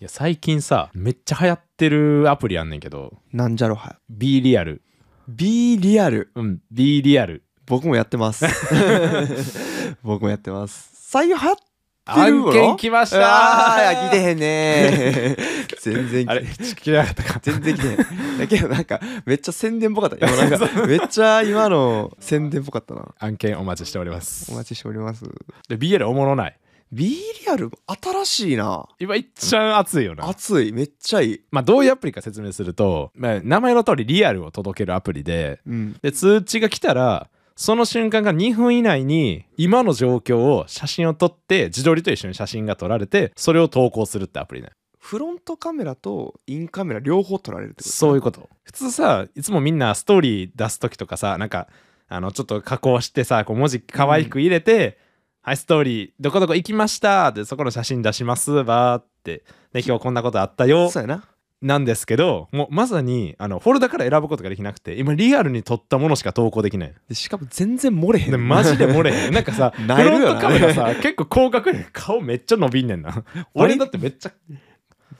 いや最近さめっちゃ流行ってるアプリあんねんけどなんじゃろは B リアル B リアルうん B リアル僕もやっ てます僕もやってます最近流行ってる案の件来ましたあーいや聞いてへん ね全然あ聞れい聞けなかったか全然来てへんだけどなんかめっちゃ宣伝っぽかった今 なんかめっちゃ今の宣伝っぽかったな案件お待ちしておりますお待ちしておりますで B リアルおもろない B リアルも新しいな今一番熱いよな熱いめっちゃいいまあ、どういうアプリか説明すると、まあ、名前の通りリアルを届けるアプリでうんで通知が来たらその瞬間が2分以内に今の状況を写真を撮って自撮りと一緒に写真が撮られてそれを投稿するってアプリねフロントカメラとインカメラ両方撮られるってことそういうここと普通さいつもみんなストーリー出す時とかさなんかあのちょっと加工してさこう文字可愛く入れて「はいストーリーどこどこ行きました」でそこの写真出しますばーってで今日こんなことあったよそうやななんですけどもうまさにあのフォルダから選ぶことができなくて今リアルに撮ったものしか投稿できないでしかも全然漏れへんでマジで漏れへ んなんかさフなるロンよトなカメラさ結構広角で顔めっちゃ伸びんねん な俺だってめっちゃ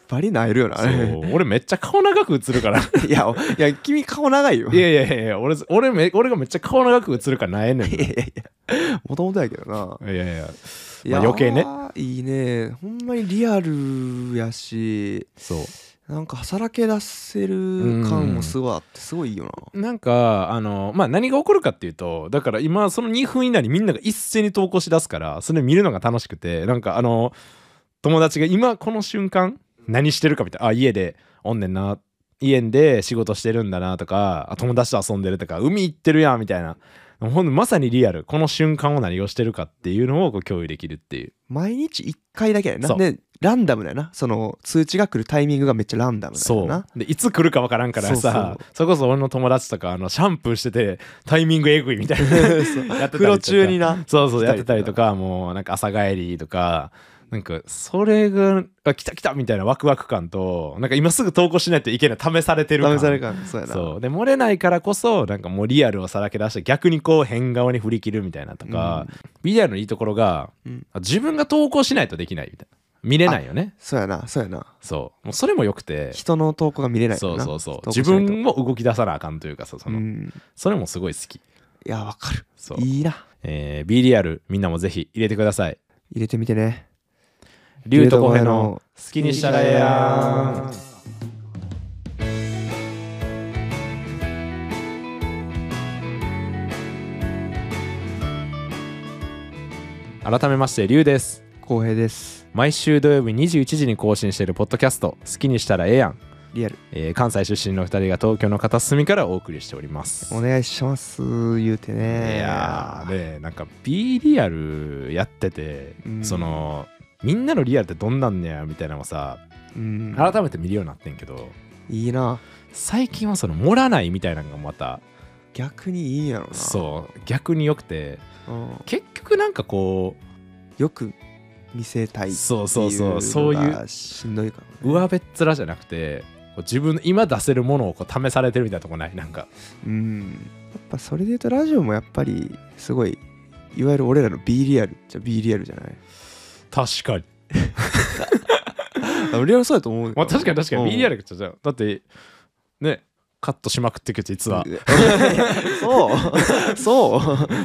バリなえるよなあそれう俺めっちゃ顔長く映るからい いやおいや君顔長いよ やいやいやいや俺俺め俺がめっちゃ顔長く映るからなえんねんないやいやいやもともとやけどなやいやいやいや余計ねいいねほんまにリアルやしそうなんかさらけ出せる感もすごいあってすごいいいよななんかあのまあ何が起こるかっていうとだから今その2分以内にみんなが一斉に投稿しだすからそれ見るのが楽しくてなんかあの友達が今この瞬間何してるかみたいなあ家でおんねんな家で仕事してるんだなとかあ友達と遊んでるとか海行ってるやんみたいなほんとまさにリアルこの瞬間を何をしてるかっていうのをこう共有できるっていう毎日1回だけやなそうでランダムだよなその通知が来るタイミングがめっちゃランダムだそよなうでいつ来るかわからんからさそそうそうれこそ俺の友達とかあのシャンプーしててタイミングえぐいみた いなやってたりとか風呂中になそうそう来やたってりとかたりとかもうなんか朝帰りとかなんかそれがあ来た来たみたいなワクワク感となんか今すぐ投稿しないといけない試されてる感試される感そうやなそうで漏れないからこそなんかもうリアルをさらけ出して逆にこう変顔に振り切るみたいなとか、ビデオのいいところが、うん自分が投稿しないとできないみたいな見れないよねそうやなそうやなそうもうそれもよくて人の投稿が見れないかそらうなそうそう投稿し自ないと分も動き出さなあかんというかさその、うんそれもすごい好きいやわかるそう、いいなえー、B リアルみんなもぜひ入れてください入れてみてね竜と小平の好きにしたらええやん改めまして竜です浩平です毎週土曜日21時に更新しているポッドキャスト「好きにしたらええやんリアル」えー関西出身の2人が東京の片隅からお送りしておりますお願いします言うてねいやーねなんか B リアルやってて、うんそのみんなのリアルってどんなんねやみたいなのもさうん改めて見るようになってんけどいいな最近はその盛らないみたいなのがまた逆にいいんやろなそう逆によくてうん結局なんかこよく見せたう、いってそうそうそうそうのいがうしんどいからね上べっ面じゃなくてこう自分の今出せるものをこう試されてるみたいなとこないなんかうんやっぱそれで言うとラジオもやっぱりすごいいわゆる俺らの B リアルじゃ B リアルじゃない 確かに、あリアルそうやと思うよまあ、確かに確かうんに B リアルじゃんだってねカットしまくってくけど実は そうそ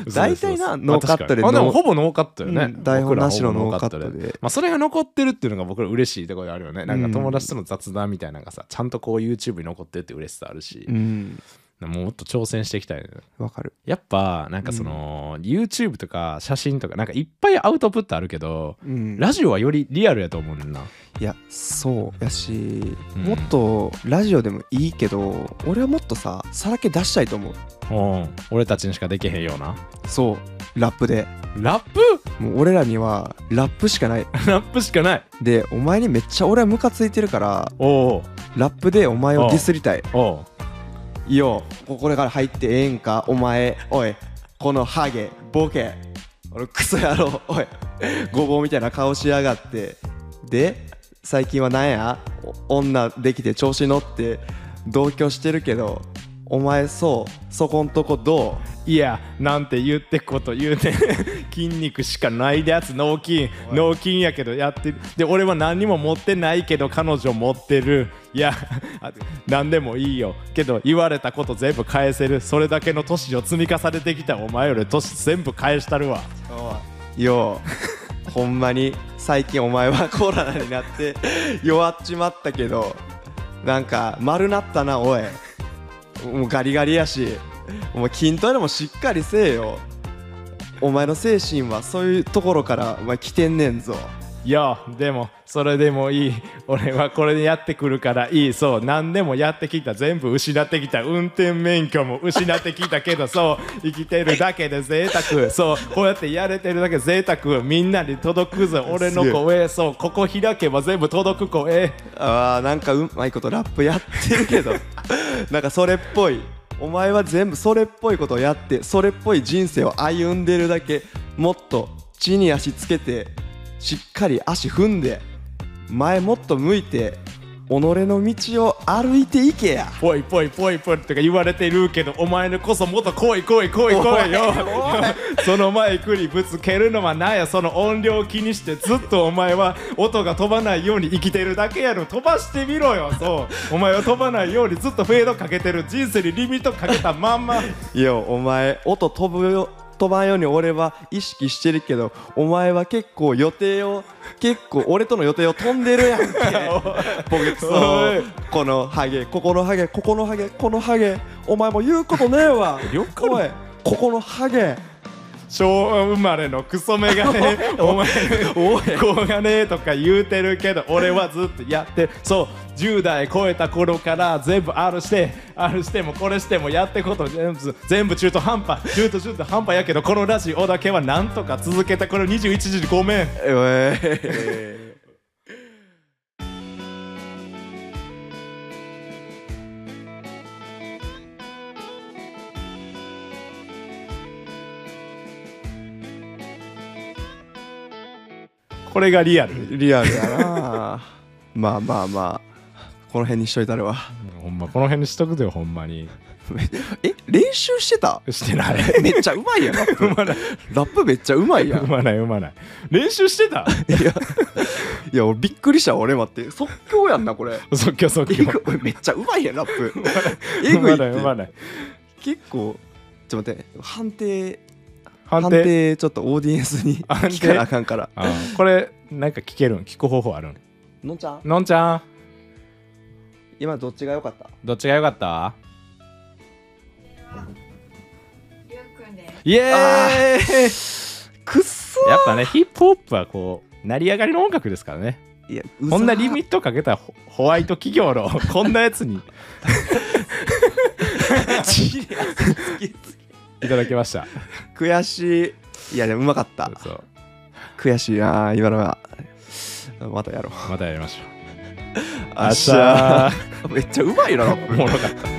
う大体なノーカッあトででもノーほぼノーカットよね、うん台本なしのノーカッ僕らほぼトノでまあ、それが残ってるっていうのが僕ら嬉しいところであるよねなんうかん友達との雑談みたいなのがさちゃんとこう YouTube に残ってるって嬉しさあるしう、んもっと挑戦していきたいねわかるやっぱなんかその、YouTube とか写真とかなんかいっぱいアウトプットあるけどうんラジオはよりリアルやと思うねんだないやそうやし、うんもっとラジオでもいいけど俺はもっとささらけ出したいと思ううん俺たちにしかできへんようなそうラップでラップ もう俺らにはラップしかないラップしかないでお前にめっちゃ俺はムカついてるからおうラップでお前をディスりたいおうおうようこれから入ってええんかお前おいこのハゲボケこのクソ野郎おいごぼうみたいな顔しやがってで最近はなんやお女できて調子乗って同居してるけどお前そうそこんとこどいやなんて言ってこと言うて 筋肉しかないやつ脳筋脳筋やけどやってるで俺は何にも持ってないけど彼女持ってるいやあ何でもいいよけど言われたこと全部返せるそれだけの年を積み重ねてきたお前より年全部返したるわうようほんまに最近お前はコロナになって 弱っちまったけどなんか丸なったなおいもうガリガリやしお前筋トレもしっかりせえよお前の精神はそういうところからお前来てんねんぞいやでもそれでもいい俺はこれでやってくるからいいそう何でもやってきた全部失ってきた運転免許も失ってきたけどそう生きてるだけで贅沢そうこうやってやれてるだけ贅沢みんなに届くぞ俺の声そうここ開けば全部届く声あーなんかうまいことラップやってるけどなんかそれっぽいお前は全部それっぽいことをやってそれっぽい人生を歩んでるだけもっと地に足つけてしっかり足踏んで前もっと向いて己の道を歩いていけやぽいぽいぽいぽいとか言われてるけどお前のこそもっと来い来い来い来いよそのマイクにぶつけるのはなんやその音量を気にしてずっとお前は音が飛ばないように生きてるだけやろ飛ばしてみろよそうお前は飛ばないようにずっとフェードかけてる人生にリミットかけたまんまいやお前音飛ぶよ飛ばんように俺は意識してるけどお前は結構予定を結構俺との予定を飛んでる やんけボケクソおいこのハゲここのハゲここのハゲこのハゲお前も言うことねえわよっこおらいここのハゲ昭和生まれのクソメガネ お前こがねとか言うてるけど俺はずっとやってそう10代超えた頃から全部 R して R してもこれしてもやってこと全部全部中途半端中途中途半端やけどこのラジオだけはなんとか続けたこれ21時にごめんえこれがリアルー、リアルやなまあまあまあこの辺にしといたるわほんまこの辺にしとくでよほんまにえ練習してたしてないめっちゃう まいやんラップまないラップめっちゃうまいやん生まないうまない練習してたいや、いや俺びっくりした俺待って即興やんなこれ。即興即え興ぐ俺めっちゃうまいやんラ ップ。え生ぐまいっないうまてない結構ちょっと待って判定判定ちょっとオーディエンスに判定聞かなあかんから。あーこれなんか聞けるん聞く方法あるんのんちゃんのんちゃん今どっちが良かった？どっちが良かったゆうくんです。イエーくっそイやっぱねヒップホップはこう成り上がりの音楽ですからねー。いやこんなリッミットかけたホホワイト企業の こんなやつにいただきました悔しい。いやでもうまかった。そう悔しいな今のは。またやろう。またやりましょう明明日日めっちゃうまいなラッ おプ。もろかった